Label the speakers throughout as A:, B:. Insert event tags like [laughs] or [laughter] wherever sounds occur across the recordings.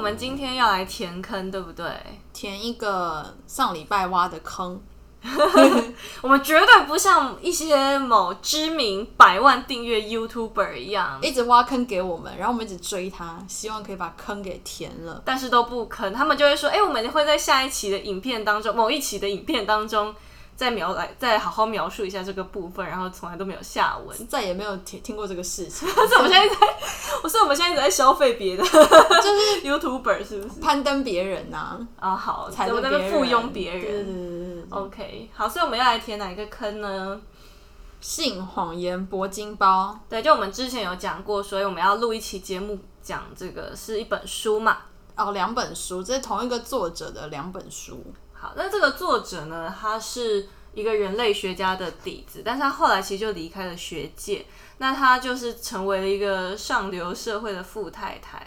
A: 们今天要来填坑，对不对？
B: 填一个上礼拜挖的坑，
A: 嗯我们绝对不像一些某知名百万订阅 YouTuber 一样，
B: 一直挖坑给我们，然后我们一直追他，希望可以把坑给填了。
A: 但是都不坑。他们就会说：“哎、我们会在下一期的影片当中，某一期的影片当中，再描来，再好好描述一下这个部分。”然后从来都没有下文。
B: 再也没有听听过这个事情， [laughs]
A: 所以 [laughs] 我们现在在，我所以我们现在一直在消费别的，就是 [laughs] YouTuber 是不是？
B: 攀登别人呐、
A: 啊，好，
B: 踩着
A: 我在
B: 别
A: 那边
B: 人，
A: 附庸别人。
B: 对对对对对。
A: OK，好，所以我们要来填哪一个坑呢？
B: 性谎言铂金包，
A: 对，就我们之前有讲过，所以我们要录一期节目讲这个是一本书嘛。
B: 哦，两本书，这是同一个作者的两本书。
A: 好，那这个作者呢，他是一个人类学家的底子，但是他后来其实就离开了学界，那他就是成为了一个上流社会的富太太，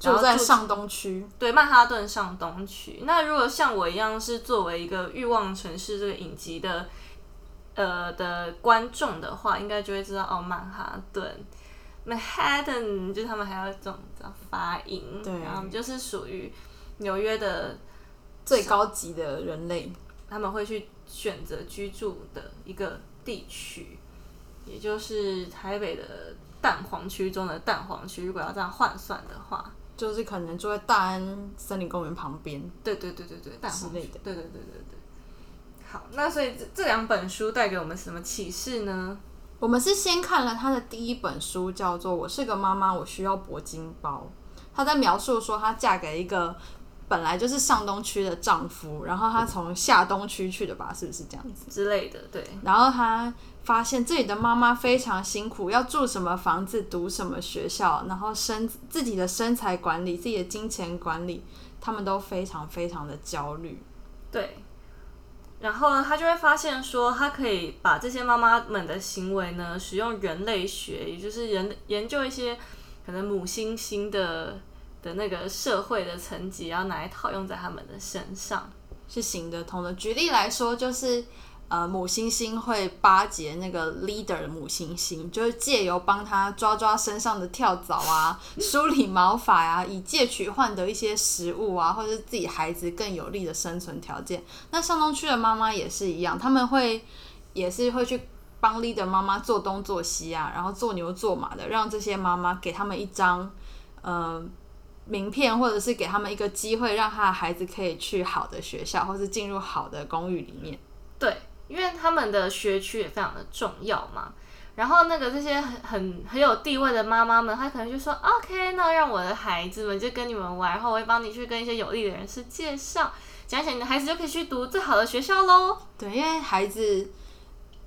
A: 然
B: 住
A: 后
B: 在上东区，
A: 对曼哈顿上东区。那如果像我一样是作为一个《欲望城市》这个影集的呃的观众的话，应该就会知道哦，曼哈顿。Manhattan 就是他们还要这种叫发音，
B: 对
A: 然后就是属于纽约的
B: 最高级的人类。
A: 他们会去选择居住的一个地区，也就是台北的蛋黄区中的蛋黄区。如果要这样换算的话，
B: 就是可能住在大安森林公园旁边，
A: 对对对对对，蛋黄
B: 之
A: 区
B: 类的，
A: 对对对对对。好，那所以这这两本书带给我们什么启示呢？
B: 我们是先看了他的第一本书，叫做《我是个妈妈，我需要铂金包》。她在描述说，她嫁给一个本来就是上东区的丈夫，然后她从下东区去的吧，是不是这样子？
A: 之类的，对，
B: 然后她发现自己的妈妈非常辛苦，要住什么房子，读什么学校，然后身自己的身材管理、自己的金钱管理，他们都非常非常的焦虑。
A: 对。然后呢，他就会发现说，他可以把这些妈妈们的行为呢，使用人类学，也就是人研究一些可能母猩猩的的那个社会的层级，然后拿来套用在他们的身上。
B: 是行得通的。举例来说，就是呃，母猩猩会巴结那个 leader 的母猩猩，就是借由帮他抓抓身上的跳蚤啊、梳理毛发啊，以借取换得一些食物啊，或者是自己孩子更有利的生存条件。那上东区的妈妈也是一样，他们会也是会去。帮 leader 妈妈做东做西啊，然后做牛做马的，让这些妈妈给他们一张，呃，名片，或者是给他们一个机会，让他的孩子可以去好的学校，或是进入好的公寓里面。
A: 对，因为他们的学区也非常的重要嘛。然后那个这些很很很有地位的妈妈们，她可能就说：“OK，那让我的孩子们就跟你们玩，然后我会帮你去跟一些有利的人士介绍，讲讲你的孩子就可以去读最好的学校喽。
B: 对，因为孩子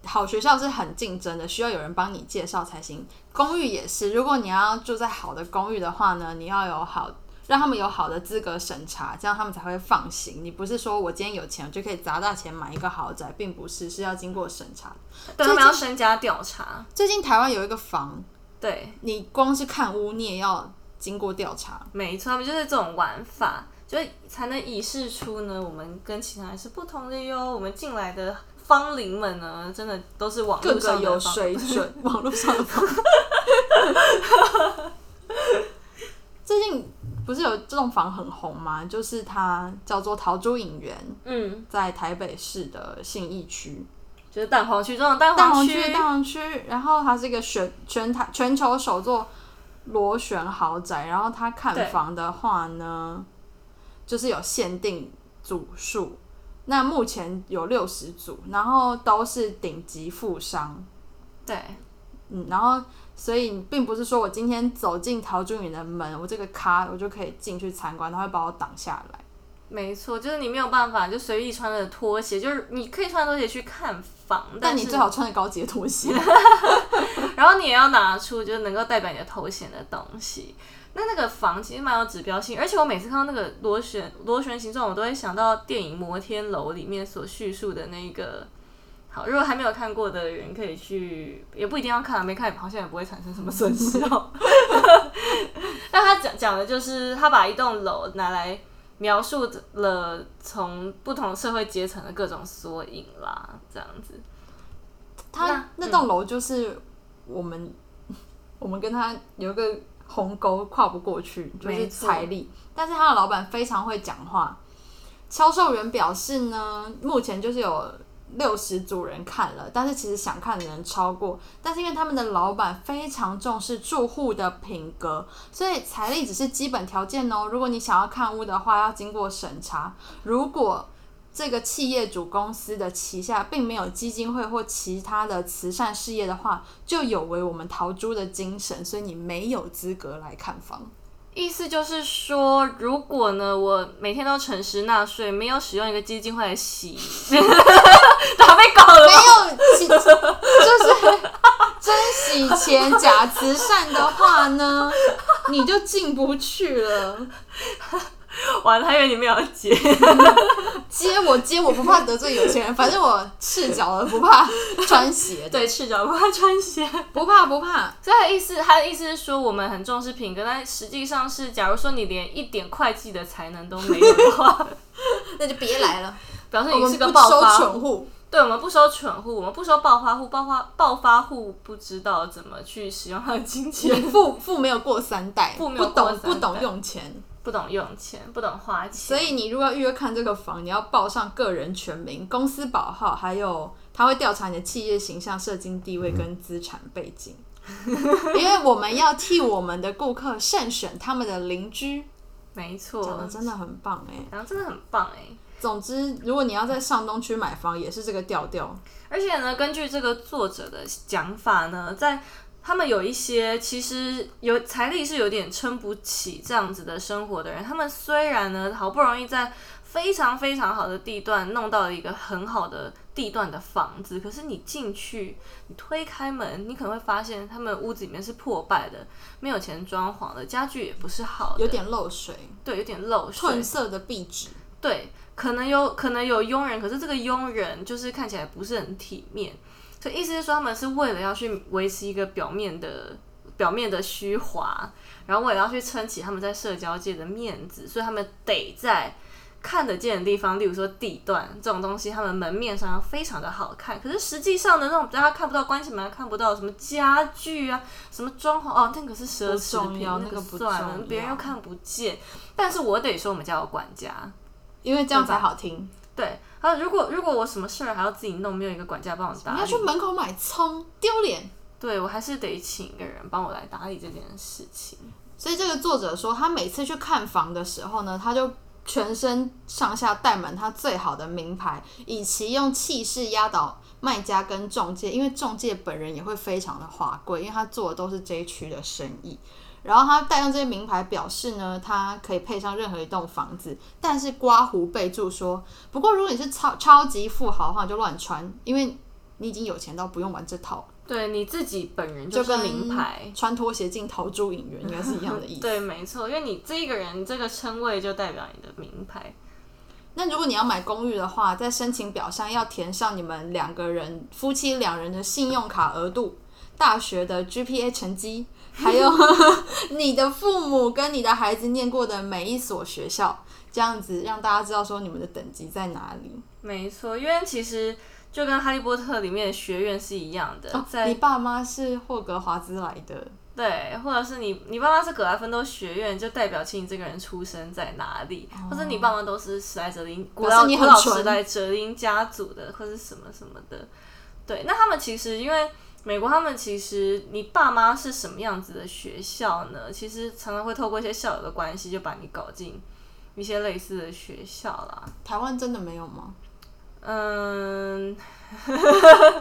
B: 好学校是很竞争的，需要有人帮你介绍才行。公寓也是，如果你要住在好的公寓的话呢，你要有好。让他们有好的资格审查，这样他们才会放行。你不是说我今天有钱，我就可以砸大钱买一个豪宅，并不是，是要经过审查的。”
A: 对，他们要身家调查。
B: 最近台湾有一个房，
A: 对，
B: 你光是看屋，你也要经过调查。
A: 没错，他们就是这种玩法，就是才能以示出呢，我们跟其他人是不同的哟。我们进来的芳龄们呢，真的都是网
B: 各
A: 络
B: 个
A: 上
B: 有
A: 的芳
B: 水
A: [laughs]
B: 准，网络上的朋友 [laughs] 最近不是有这栋房很红吗？就是它叫做桃珠影园，
A: 嗯，
B: 在台北市的信义区，
A: 就是蛋黄区这种蛋
B: 大
A: 黄
B: 红
A: 区，
B: 区，大红区。然后它是一个全全台全球首座螺旋豪宅。然后它看
A: 对
B: 房的话呢，就是有限定组数，那目前有六十组，然后都是顶级富商。
A: 对
B: 嗯，然后所以并不是说我今天走进陶俊宇的门，我这个咖我就可以进去参观，他会把我挡下来。
A: 没错，就是你没有办法就随意穿着拖鞋，就是你可以穿拖鞋去看房，
B: 但
A: 是
B: 你最好穿着高级的拖鞋。
A: 然后你也要拿出就是能够代表你的头衔的东西。那那个房其实蛮有指标性，而且我每次看到那个螺旋螺旋形状，我都会想到电影《摩天楼》里面所叙述的那个。好，如果还没有看过的人可以去，也不一定要看，啊没看好像也不会产生什么损失哦。 [laughs] 那他讲讲的就是他把一栋楼拿来描述了从不同社会阶层的各种缩影啦，这样子。嗯
B: [laughs] 他那栋楼就是我们、我们跟他有一个鸿沟跨不过去，就
A: 没
B: 是
A: 错
B: 财力。但是他的老板非常会讲话。销售员表示呢，目前就是有六十组人看了，但是其实想看的人超过，但是因为他们的老板非常重视住户的品格，所以财力只是基本条件哦。如果你想要看屋的话，要经过审查。如果这个企业主公司的旗下并没有基金会或其他的慈善事业的话，就有违我们陶朱的精神，所以你没有资格来看房。
A: 意思就是说，如果呢，我每天都诚实纳税，没有使用一个基金会来洗， [laughs] 打被搞了
B: 没
A: 吧？
B: 有，其就是真洗钱假慈善的话呢，你就进不去了。
A: 完了，还以为你没有接。
B: 接我接我不怕得罪有钱人，反正我赤脚的不怕穿 [laughs] 鞋的，
A: 对，赤脚不怕穿鞋。
B: 不怕不怕。
A: 所以他的意思，他的意思是说，我们很重视品格，但实际上是，假如说你连一点会计的才能都没有的话， [laughs]
B: 那就别来了，
A: 表示
B: 我
A: 你
B: 们
A: 是
B: 不
A: 个暴
B: 收
A: 发户。
B: 蠢户。
A: 对，我们不收蠢户，我们不收暴发户，暴发暴发户不知道怎么去使用他的金钱， [laughs]
B: 父父没有过三代，
A: 父没
B: [laughs] 不
A: 有过
B: 懂
A: 三代
B: 不懂用钱，
A: 不懂用钱，不懂花钱，
B: 所以你如果要预约看这个房，你要报上个人全名、公司保号，还有他会调查你的企业形象、社经地位跟资产背 [laughs] 景，因为我们要替我们的顾客慎选他们的邻居。
A: 没
B: 讲的
A: 错，
B: 真的很棒哎、
A: 然后真的很棒哎、
B: 总之，如果你要在上东区买房，也是这个调调。
A: 而且呢，根据这个作者的讲法呢，在他们有一些其实有财力是有点撑不起这样子的生活的人，他们虽然呢好不容易在非常非常好的地段弄到了一个很好的地段的房子，可是你进去，你推开门，你可能会发现他们屋子里面是破败的，没有钱装潢的，家具也不是好的，
B: 有点漏水，
A: 对，有点漏水，
B: 褪色的壁纸，
A: 对，可能有可能有佣人，可是这个佣人就是看起来不是很体面，所以意思是说他们是为了要去维持一个表面的表面的虚华，然后为了要去撑起他们在社交界的面子，所以他们得在看得见的地方，例如说地段这种东西，他们门面上要非常的好看。可是实际上呢，那种大家看不到关起门来看不到什么家具啊，什么装潢哦，那个是奢侈
B: 不重
A: 品，
B: 要那
A: 个
B: 个不
A: 算了
B: 重，
A: 别人
B: 要
A: 又看不见。 [laughs] 但是我得说，我们家有管家。
B: 因为这样才好听。
A: 对，啊，如果如果我什么事儿还要自己弄，没有一个管家帮我
B: 你
A: 打
B: 要
A: 理，
B: 去门口买葱，丢脸。
A: 对我还是得请一个人帮我来打理这件事情。
B: 所以这个作者说，他每次去看房的时候呢，他就全身上下带满他最好的名牌，以其用气势压倒卖家跟中介，因为中介本人也会非常的华贵，因为他做的都是这一区的生意。然后他带上这些名牌，表示呢，他可以配上任何一栋房子，但是刮胡备注说，不过如果你是超超级富豪的话，你就乱穿，因为你已经有钱到不用玩这套了，
A: 对你自己本人就
B: 就
A: 是
B: 跟
A: 名牌，
B: 穿拖鞋进桃珠影园应该是一样的意思。
A: 对，没错，因为你这一个人这个称谓就代表你的名牌，
B: 那如果你要买公寓的话，在申请表上要填上你们两个人夫妻两人的信用卡额度、大学的 GPA 成绩，还有你的父母跟你的孩子念过的每一所学校，这样子让大家知道说你们的等级在哪里。
A: 没错，因为其实就跟《哈利波特》里面的学院是一样的，在
B: 你爸妈是霍格华兹来的，
A: 对，或者是你你爸妈是格莱芬多学院，就代表其你这个人出生在哪里，或者你爸妈都是史莱哲林古
B: 哦表示
A: 老
B: 你
A: 古
B: 很
A: 老
B: 纯
A: 时代哲林家族的，或是什么什么的。对，那他们其实因为美国，他们其实你爸妈是什么样子的学校呢？其实常常会透过一些校友的关系，就把你搞进一些类似的学校啦。
B: 台湾真的没有吗？
A: 嗯，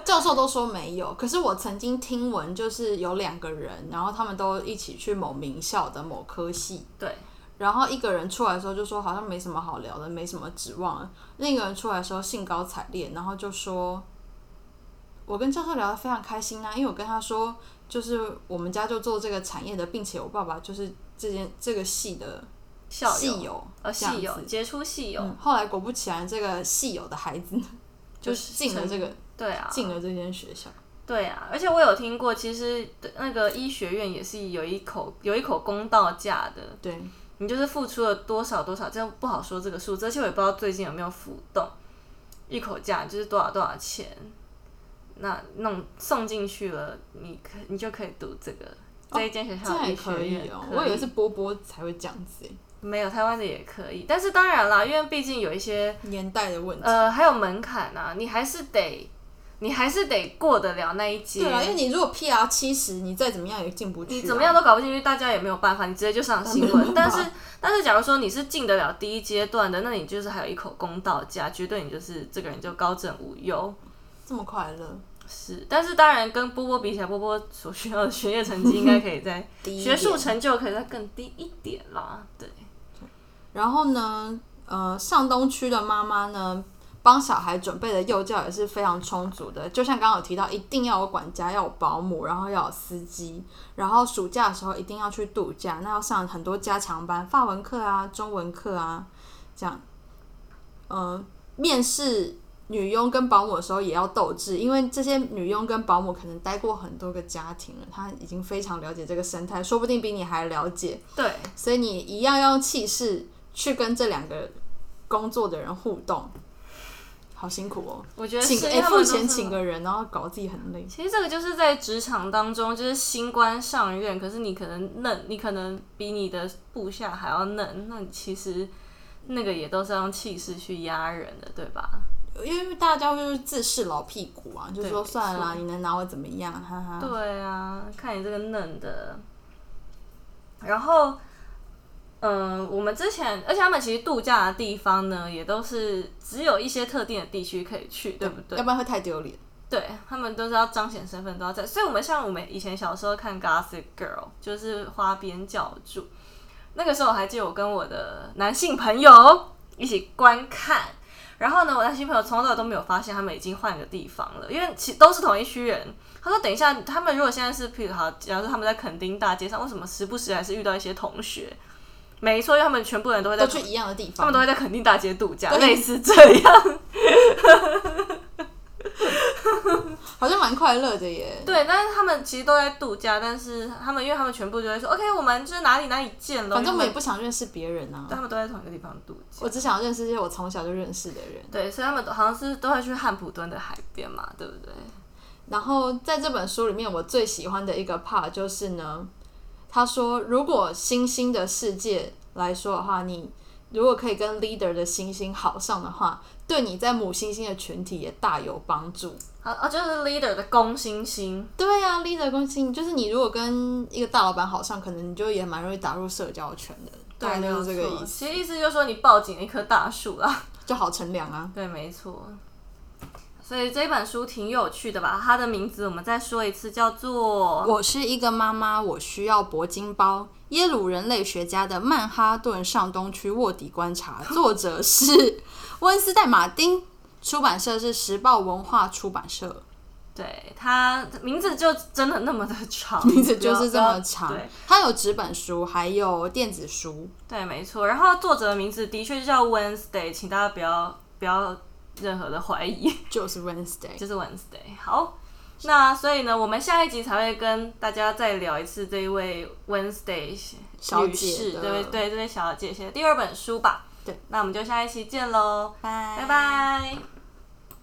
B: 教授都说没有，可是我曾经听闻，就是有两个人，然后他们都一起去某名校的某科系，
A: 对，
B: 然后一个人出来的时候就说好像没什么好聊的，没什么指望了。另一个人出来的时候兴高采烈，然后就说，我跟教授聊得非常开心啊，因为我跟他说，就是我们家就做这个产业的，并且我爸爸就是这件这个系的
A: 校
B: 系
A: 友
B: 友，
A: 呃，
B: 这样
A: 系友
B: 子
A: 杰出系友，
B: 嗯，后来果不其然，这个系友的孩子 [laughs] 就
A: 就是
B: 进了这个
A: 对啊，
B: 进了这间学校。
A: 对啊，而且我有听过，其实那个医学院也是有一口有一口公道价的，
B: 对，
A: 你就是付出了多少多少，这样不好说这个数字，而且我也不知道最近有没有浮动，一口价就是多少多少钱，那弄送进去了，你可你就可以读这个这一间学校
B: 哦这样
A: 的
B: 也
A: 医学
B: 可
A: 院
B: 以哦、我以为是波波才会这样子、欸，
A: 没有台湾的也可以，但是当然啦，因为毕竟有一些
B: 年代的问题。
A: 呃还有门槛啊，你还是得你还是得过得了那一阶。
B: 对啊，因为你如果 PR 七十，你再怎么样也进不去、啊
A: 你怎么样？都搞不进去，大家也没有办法，你直接就上新
B: 没有
A: 闻。但
B: 办法
A: 是，但是，假如说你是进得了第一阶段的，那你就是还有一口公道价，绝对你就是这个人就高枕无忧。
B: 这么快乐？
A: 是，但是当然跟波波比起来，波波所需要的学业成绩应该可以在
B: [laughs] 低一
A: 学术
B: 点
A: 成就可以再更低一点啦。对，
B: 然后呢，呃，上东区的妈妈呢，帮小孩准备的幼教也是非常充足的。就像刚刚有提到，一定要有管家，要有保姆，然后要有司机。然后暑假的时候一定要去度假，那要上很多加强班，法文课啊、中文课啊，这样。呃，面试女佣跟保姆的时候也要斗志，因为这些女佣跟保姆可能待过很多个家庭了，她已经非常了解这个生态，说不定比你还了解。
A: 对，
B: 所以你一样要用气势去跟这两个工作的人互动，好辛苦哦。
A: 我觉得
B: 请
A: 是
B: 哎、
A: 他们
B: 付
A: 都是
B: 钱请个人，然后搞自己很累。
A: 其实这个就是在职场当中，就是新官上任，可是你可能嫩，你可能比你的部下还要嫩，那你其实那个也都是要用气势去压人的，对吧？
B: 因为大家就是自视老屁股啊，就
A: 对
B: 说
A: 没
B: 算了
A: 错
B: 啦，你能拿我怎么样？哈哈。
A: 对啊，看你这个嫩的。然后，嗯、我们之前，而且他们其实度假的地方呢，也都是只有一些特定的地区可以去，对不对？
B: 要不然会太丢脸。
A: 对他们都是要彰显身份，都要在。所以我们像我们以前小时候看《Gossip Girl》，就是花边教主，那个时候我还记得我跟我的男性朋友一起观看。然后呢，我男性朋友从头到尾都没有发现他们已经换个地方了，因为其都是同一区人。他说：“等一下，他们如果现在是，譬如好，假如说他们在垦丁大街上，为什么时不时还是遇到一些同学？没错，因为他们全部人都会在
B: 都去一样的地
A: 他
B: 方
A: 们都，会在垦丁大街度假，
B: 对
A: 类似这样。
B: 好像蛮快乐的耶。
A: 对，但是他们其实都在度假，但是他们因为他们全部就会说，OK，我们就是哪里哪里见了，
B: 反正我
A: 因
B: 们
A: 为
B: 也不想认识别人
A: 对
B: 啊，
A: 他们都在同一个地方度假。
B: 我只想认识一些我从小就认识的人。
A: 对，所以他们都好像是都会去汉普敦的海边嘛，对不对？
B: 然后在这本书里面，我最喜欢的一个 part 就是呢，他说，如果星星的世界来说的话，你如果可以跟 leader 的星星好上的话，对你在母星星的群体也大有帮助。
A: 好啊，就是 leader 的公星星，
B: 对啊，leader 跟星就是你如果跟一个大老板好上，可能你就也蛮容易打入社交圈的，大概
A: 没
B: 就
A: 有
B: 是这个意
A: 错
B: 思，
A: 其实意思就是说你抱紧了一棵大树啦。 [laughs]
B: 就好乘凉啊。
A: 对，没错。所以这本书挺有趣的吧？它的名字我们再说一次，叫做
B: 我是一个妈妈，我需要铂金包。耶鲁人类学家的曼哈顿上东区卧底观察，作者是温斯代马丁，出版社是时报文化出版社。
A: 对它名字就真的那么的长，
B: 名字就是
A: 不
B: 这
A: 要
B: 么长
A: 对，
B: 它有纸本书，还有电子书。
A: 对，没错。然后作者的名字的确叫 Wednesday，请大家不要不要任何的怀疑， [laughs]
B: 就是 Wednesday，
A: 就是 Wednesday。好，那所以呢，我们下一集才会跟大家再聊一次这一位 Wednesday
B: 小
A: 女
B: 姐
A: 士，
B: 的
A: 对不对，这位小姐写的第二本书吧。
B: 对，
A: 那我们就下一期见喽，
B: 拜
A: 拜拜。